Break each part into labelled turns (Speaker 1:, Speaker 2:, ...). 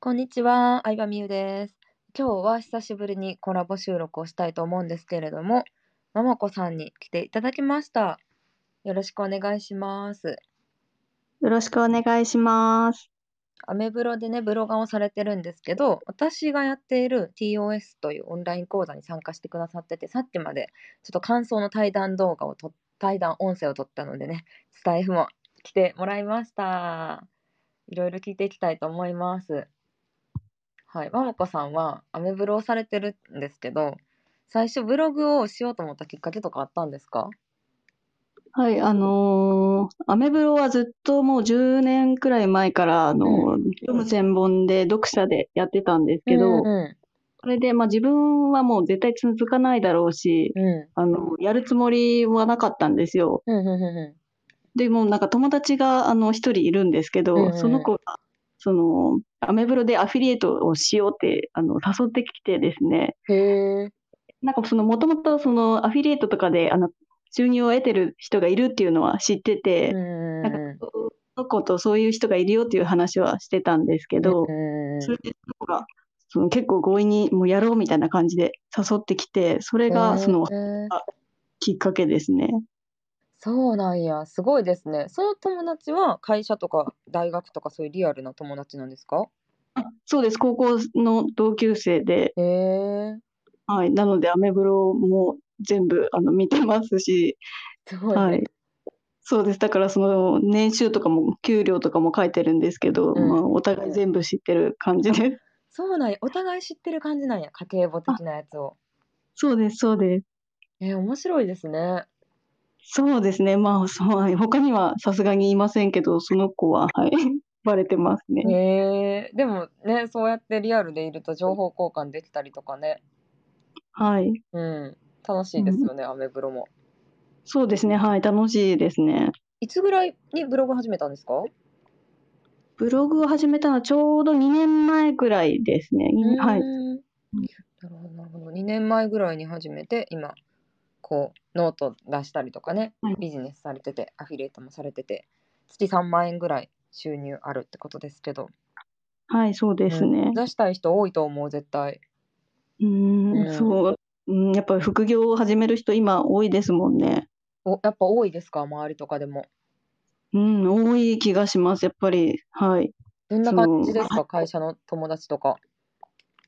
Speaker 1: こんにちは、相葉美優です。今日は久しぶりにコラボ収録をしたいと思うんですけれども、ままこさんに来ていただきました。よろしくお願いします。
Speaker 2: よろしくお願いします。
Speaker 1: アメブロでね、ブロガンをされてるんですけど、私がやっている TOS というオンライン講座に参加してくださってて、さっきまでちょっと感想の対談動画をと、対談音声を撮ったのでね、スタイフも来てもらいました。いろいろ聞いていきたいと思います。はい、まもこさんはアメブロをされてるんですけど、最初ブログをしようと思ったきっかけとかあったんですか
Speaker 2: はい、あのーアメブロはずっともう10年くらい前から、あ
Speaker 1: うん。
Speaker 2: のー読む専門で読者でやってたんです
Speaker 1: う
Speaker 2: け
Speaker 1: ん
Speaker 2: ど、
Speaker 1: う
Speaker 2: それで、まあ自分はもう絶対続かないだろうし、
Speaker 1: ん。うん
Speaker 2: あの、やるつもりはなかったんですよ。
Speaker 1: うんうんう
Speaker 2: で、もうなんか友達が、あの、一人いるんですけ
Speaker 1: んうん。
Speaker 2: ど、
Speaker 1: う
Speaker 2: そ
Speaker 1: ん
Speaker 2: の
Speaker 1: うん
Speaker 2: 子が、その、アメブロでアフィリエイトをしようって、あの、誘ってきてですね、
Speaker 1: へえ。
Speaker 2: なんかその、もともとその、アフィリエイトとかで、あの、収入を得てる人がいるっていうのは知って
Speaker 1: う
Speaker 2: て、なんか、
Speaker 1: ん
Speaker 2: その子とそういう人がいるよっていう話はしてたんですけ
Speaker 1: うん
Speaker 2: ど、
Speaker 1: うん
Speaker 2: それ
Speaker 1: う
Speaker 2: で、その子が、その結構強引にもうやろうみたいな感じで誘ってきて、それ
Speaker 1: ん
Speaker 2: がそ
Speaker 1: うん。
Speaker 2: の、
Speaker 1: へえ。
Speaker 2: あきっかけですね。
Speaker 1: そうなんや。すごいですね。その友達は会社とか大学とかそういうリアルな友達なんですか
Speaker 2: そうです。高校の同級生で、
Speaker 1: へえ。
Speaker 2: はい。なので、アメブロも全部、あの、見てますし、
Speaker 1: すごい
Speaker 2: は
Speaker 1: ね。
Speaker 2: い。そうです。だから、その、年収とかも、給料とかも書いてるんですけど、
Speaker 1: う
Speaker 2: ま
Speaker 1: ん。
Speaker 2: あ、お互い全部知ってる感じ
Speaker 1: あ、
Speaker 2: です。
Speaker 1: そうなんや。お互い知ってる感じなんや。家計簿
Speaker 2: あ、
Speaker 1: 的なやつを。
Speaker 2: そうです、そうです。
Speaker 1: えー、面白いですね。
Speaker 2: そうですね。まあ、そう、はい。他にはさすがにいませんけど、その子は、はい。バレてますね。
Speaker 1: へえ。でもね、そうやってリアルでいると情報交換できたりとかね。
Speaker 2: はい。
Speaker 1: うん。楽し
Speaker 2: う
Speaker 1: いです
Speaker 2: ん、
Speaker 1: よね、アメブロも。
Speaker 2: そうですね。はい。楽しいですね。
Speaker 1: いつぐらいにブログ始めたんですかう
Speaker 2: ブログを始めたのはちょうど2年前ぐらいですね。
Speaker 1: ー
Speaker 2: にはい。
Speaker 1: ん。なるほど、なるほど。2年前ぐらいに始めて、今、こう、ノート出したりとかね、
Speaker 2: はい
Speaker 1: ビジネスされてて、アフィリエイトもされてて、月3万円ぐらい収入あるってことですけど、
Speaker 2: はい、そうで
Speaker 1: う
Speaker 2: す
Speaker 1: ん、
Speaker 2: ね。
Speaker 1: 出したい人多いと思う、絶対。う
Speaker 2: うーん、
Speaker 1: ん。
Speaker 2: そう、うん、やっぱり副業を始める人今多いですもんね。
Speaker 1: お、やっぱ多いですか、周りとかでも。
Speaker 2: うん、多い気がします。やっぱり、はい。
Speaker 1: どんな
Speaker 2: そ
Speaker 1: 感
Speaker 2: の、
Speaker 1: じです
Speaker 2: あ、
Speaker 1: か、会社の友達とか。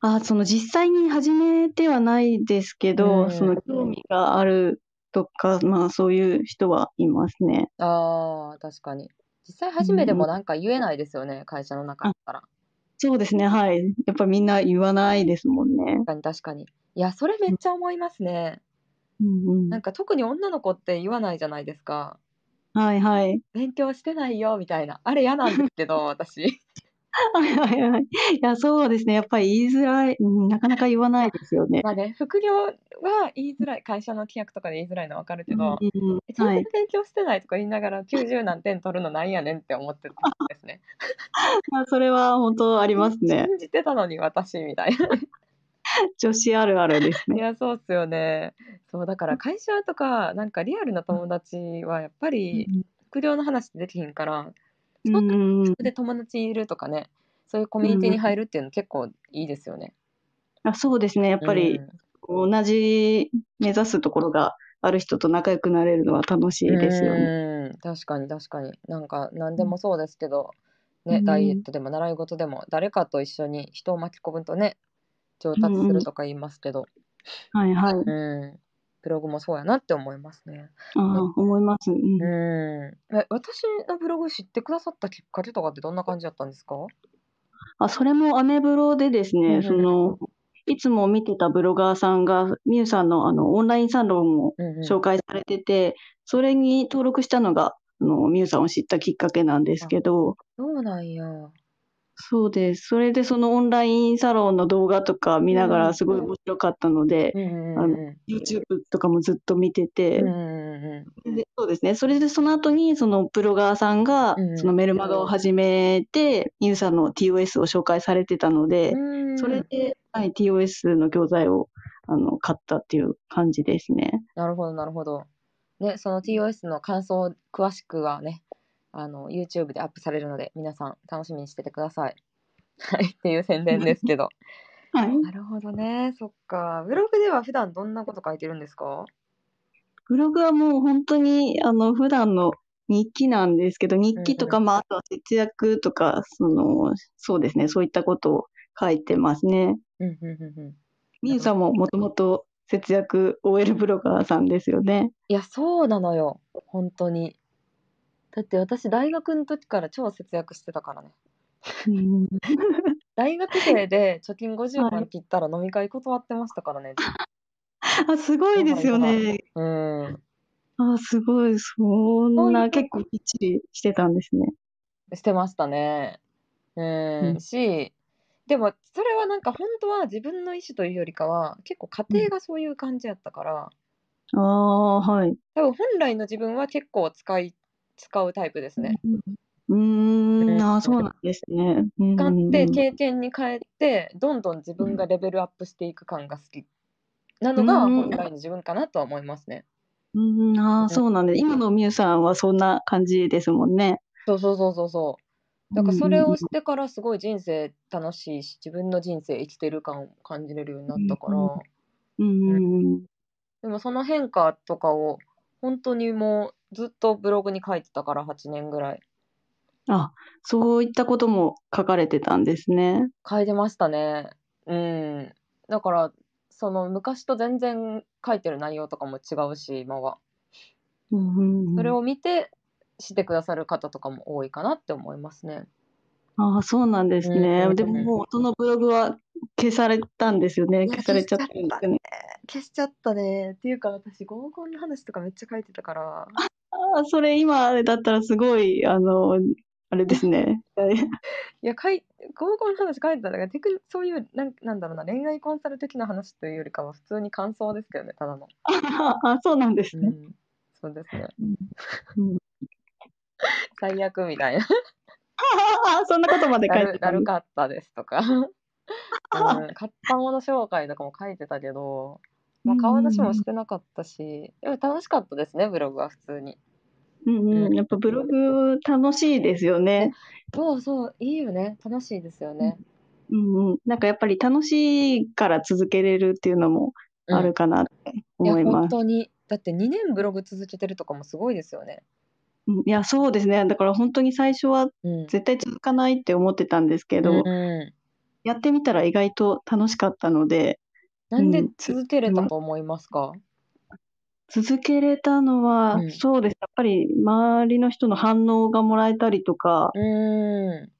Speaker 2: あその実際に始めてはないですけ
Speaker 1: う
Speaker 2: ど、そ
Speaker 1: ん。
Speaker 2: の興味があるとか、まあそういう人はいますね。
Speaker 1: ああ、確かに。実際
Speaker 2: う
Speaker 1: 初めて
Speaker 2: ん、
Speaker 1: もなんか言えないですよね、会社の中だ
Speaker 2: あ、
Speaker 1: ったら。
Speaker 2: そうですね。はい。やっぱみんな言わないですもんね。
Speaker 1: 確かに確かに。いや、それめっ
Speaker 2: うん、
Speaker 1: ちゃ思いますね。
Speaker 2: う、
Speaker 1: なんんか特に女の子って言わないじゃないですか。
Speaker 2: うんはい、はい。
Speaker 1: 勉強してないよみたいな。あれ嫌なんですけど、 私。
Speaker 2: はいはいはい。いや、そうですね。やっぱり言いづらい、うんなかなか言わないですよね。
Speaker 1: まあね、副業は言いづらい。会社の規約とかで言いづらいのわかる
Speaker 2: う
Speaker 1: けど、
Speaker 2: ん、
Speaker 1: え全
Speaker 2: は
Speaker 1: 然
Speaker 2: い。
Speaker 1: 勉強してないとか言いながら90何点取るのなんやねんって思ってたんですね。
Speaker 2: まあ、それは本当ありますね。
Speaker 1: 信じてたのに私みたいな。
Speaker 2: 女子あるあるです
Speaker 1: い
Speaker 2: ね。
Speaker 1: や、そうっすよね。そう、だから会社とか、なんかリアルな友達はやっぱ
Speaker 2: う
Speaker 1: り、
Speaker 2: ん、
Speaker 1: 副業の話できひんから、
Speaker 2: う
Speaker 1: その中
Speaker 2: ん、う
Speaker 1: そ
Speaker 2: ん
Speaker 1: こで友達いるとかね、そういうコ
Speaker 2: う
Speaker 1: ミュニティ
Speaker 2: ん
Speaker 1: に入るっていうの結構いいですよね。
Speaker 2: あ、そうですね。やっ
Speaker 1: う
Speaker 2: ぱり
Speaker 1: ん。
Speaker 2: 同じ目指すところがある人と仲良くなれるのは楽しいですよね。
Speaker 1: うーん、確かに確かに。なんか何
Speaker 2: う
Speaker 1: で
Speaker 2: ん、
Speaker 1: もそうですけど、
Speaker 2: う
Speaker 1: ね、ダイエッ
Speaker 2: ん、
Speaker 1: トでも習い事でも、誰かと一緒に人を巻き込むとね、上
Speaker 2: う
Speaker 1: 達す
Speaker 2: ん、う
Speaker 1: る
Speaker 2: ん
Speaker 1: とか言いますけど、
Speaker 2: はい、はい。
Speaker 1: うん、ブログもそうやなって思いますね。
Speaker 2: あ
Speaker 1: え
Speaker 2: あ、思います。うん。
Speaker 1: うん。え、私のブログ知ってくださったきっかけとかってどんな感じだったんですかう
Speaker 2: あ、それもアメブロでです
Speaker 1: ん
Speaker 2: ね、そ
Speaker 1: うん
Speaker 2: の、いつも見てたブロガーさんが、みゆさんのあの、オンラインサロンを
Speaker 1: うんう
Speaker 2: 紹介されてて、それに登録したのが、あの、みゆさんを知ったきっかけなんで
Speaker 1: ん。
Speaker 2: す
Speaker 1: あ、
Speaker 2: けど、
Speaker 1: そうなんや。う
Speaker 2: そうです。それでそのオンラインサロンの動画とか見なが
Speaker 1: んう
Speaker 2: ら
Speaker 1: ん。
Speaker 2: すごい面白かったので、
Speaker 1: うん
Speaker 2: あの、
Speaker 1: うんう
Speaker 2: YouTube とかもずっと見て
Speaker 1: ん。うん
Speaker 2: て、
Speaker 1: うん
Speaker 2: で、そうですね。それでその後に、そのブロガーさんが、
Speaker 1: うん。
Speaker 2: そうの
Speaker 1: ん
Speaker 2: メルマガを始めて、ユウさんの TOS を紹介されてたの
Speaker 1: う
Speaker 2: で、そ
Speaker 1: ん。う
Speaker 2: れ
Speaker 1: ん。
Speaker 2: で、はい、TOS の教材を、あの、買ったっていう感じですね。
Speaker 1: なるほど、なるほど。ね、その TOS の感想、詳しくはね、あの、YouTube でアップされるので、皆さん楽しみにしててください。はい、っていう宣伝ですけど。
Speaker 2: はい。
Speaker 1: なるほどね。そっか。ブログでは普段どんなこと書いてるんですか
Speaker 2: ブログはもう本当に、あの、普段の日記なんですけど、日記とか、
Speaker 1: う
Speaker 2: まあ、あとは節約とか、その、そうですね、そういったことを書いてますね。
Speaker 1: うんうんうんうん。
Speaker 2: みゆさんももともと節約 OL ブロガーさんですよね。
Speaker 1: いや、そうなのよ。本当に。だって私、大学の時から超節約してたからね。
Speaker 2: うん
Speaker 1: 大学生で貯金50
Speaker 2: は
Speaker 1: 万切ったら飲み会断ってましたからね。
Speaker 2: あ、すごいですよね。
Speaker 1: うん。
Speaker 2: あ、すごい。そん
Speaker 1: そういうこ
Speaker 2: な、
Speaker 1: と
Speaker 2: 結構きっちりしてたんですね。
Speaker 1: してましたね。うん、
Speaker 2: うん
Speaker 1: し、でもそれはなんか本当は自分の意思というよりかは、結構家庭がそういう感じやったから、
Speaker 2: ああ、はい。
Speaker 1: 多分本来の自分は結構使い、使うタイプですね。
Speaker 2: う、
Speaker 1: うんん
Speaker 2: あーそうなんですね。うん
Speaker 1: 使って経験に変えて、どんどん自分がレベルアップしていく感が好きなのが
Speaker 2: うん
Speaker 1: 本来の自分かなとは思いますね。
Speaker 2: うん、あーそうなんです。今のみゆさんはそんな感じですもんね。
Speaker 1: そうそうそうそうそう。だからそれをしてからすごい人生楽しいし自分の人生生きてる感を感じれるようになったから、
Speaker 2: うんうんうん
Speaker 1: でもその変化とかを本当にもうずっとブログに書いてたから8年ぐらい
Speaker 2: あ、そういったことも書かれてたんですね。
Speaker 1: 書いてましたねうんだからその昔と全然書いてる内容とかも違うし今は
Speaker 2: うんうんうん
Speaker 1: それを見てしてくださる方とかも多いかなって思いますね
Speaker 2: あーそうなんですね。
Speaker 1: うん
Speaker 2: でももうそのブログは消されたんですよね。
Speaker 1: いや
Speaker 2: 消されちゃったんですよね。
Speaker 1: 消しちゃったねっていうか私合コンの話とかめっちゃ書いてたから
Speaker 2: あーそれ今あれだったらすごい、あの、あれですね。
Speaker 1: いや、かい合コンの話書いてたんだからテクニそういうなんなんだろうな恋愛コンサル的な話というよりかは普通に感想ですけどねただの、
Speaker 2: あ、そうなんですね。
Speaker 1: ん、そうですね
Speaker 2: うん
Speaker 1: 最悪みたいな
Speaker 2: あーそんなことまで書
Speaker 1: ない
Speaker 2: て
Speaker 1: る
Speaker 2: た
Speaker 1: なん
Speaker 2: で
Speaker 1: る
Speaker 2: す
Speaker 1: かったですと か、うん、買ったもの紹介とかも書いてたけ ど、まあ、顔出しもしてなかったしでも楽しかったですねブログは普通に
Speaker 2: うんうん、やっぱブログ楽しいですよね。
Speaker 1: そうそういいよね楽しいですよね、
Speaker 2: うんうん、なんかやっぱり楽しいから続けれるっていうのもあるかなって
Speaker 1: いや
Speaker 2: 思いま
Speaker 1: 本
Speaker 2: す。
Speaker 1: 当にだって2年ブログ続けてるとかもすごいですよね、
Speaker 2: うんいやそうですね。だから本当に最初は
Speaker 1: うん、
Speaker 2: 絶対続かないって思ってたんですけど、
Speaker 1: うん
Speaker 2: やってみたら意外と楽しかったので、
Speaker 1: なんで
Speaker 2: うん
Speaker 1: 続けれたと思いますか、
Speaker 2: 続けれたのは、
Speaker 1: うん
Speaker 2: そうです。やっぱり周りの人の反応がもらえたりとか、
Speaker 1: うーん。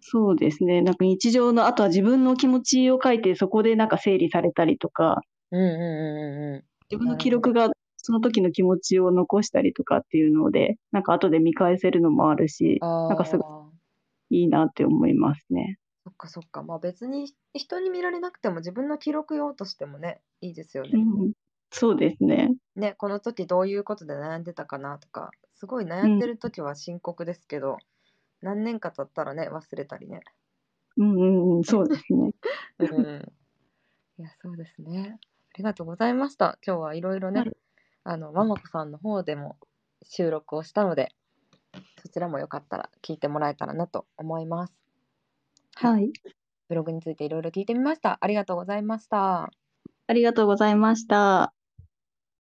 Speaker 2: そうですね。なんか日常の、あとは自分の気持ちを書いて、そこでなんか整理されたりとか、
Speaker 1: うんうんうんうんう
Speaker 2: 自分の記録がその時の気持ちを残したりとかっていうので、なんか後で見返せるのもあるし
Speaker 1: ん。、ああ。
Speaker 2: なんかすごいいいなって思いますね。
Speaker 1: そっかそっか。まあ別に人に見られなくても自分の記録用としてもね、いいですよ
Speaker 2: う
Speaker 1: ね。
Speaker 2: ん、そうですね。
Speaker 1: ね、この時どういうことで悩んでたかなとか、すごい悩んでる時は深刻ですけど、何年か経ったらね、忘れたりね。
Speaker 2: うんうんうん、そうですね。
Speaker 1: うん。いや、そうですね。ありがとうございました。今日はいろいろね、
Speaker 2: はい
Speaker 1: あの、ままこさんの方でも収録をしたので、そちらもよかったら聞いてもらえたらなと思います。
Speaker 2: はい。
Speaker 1: ブログについていろいろ聞いてみました。ありがとうございました。
Speaker 2: ありがとうございました。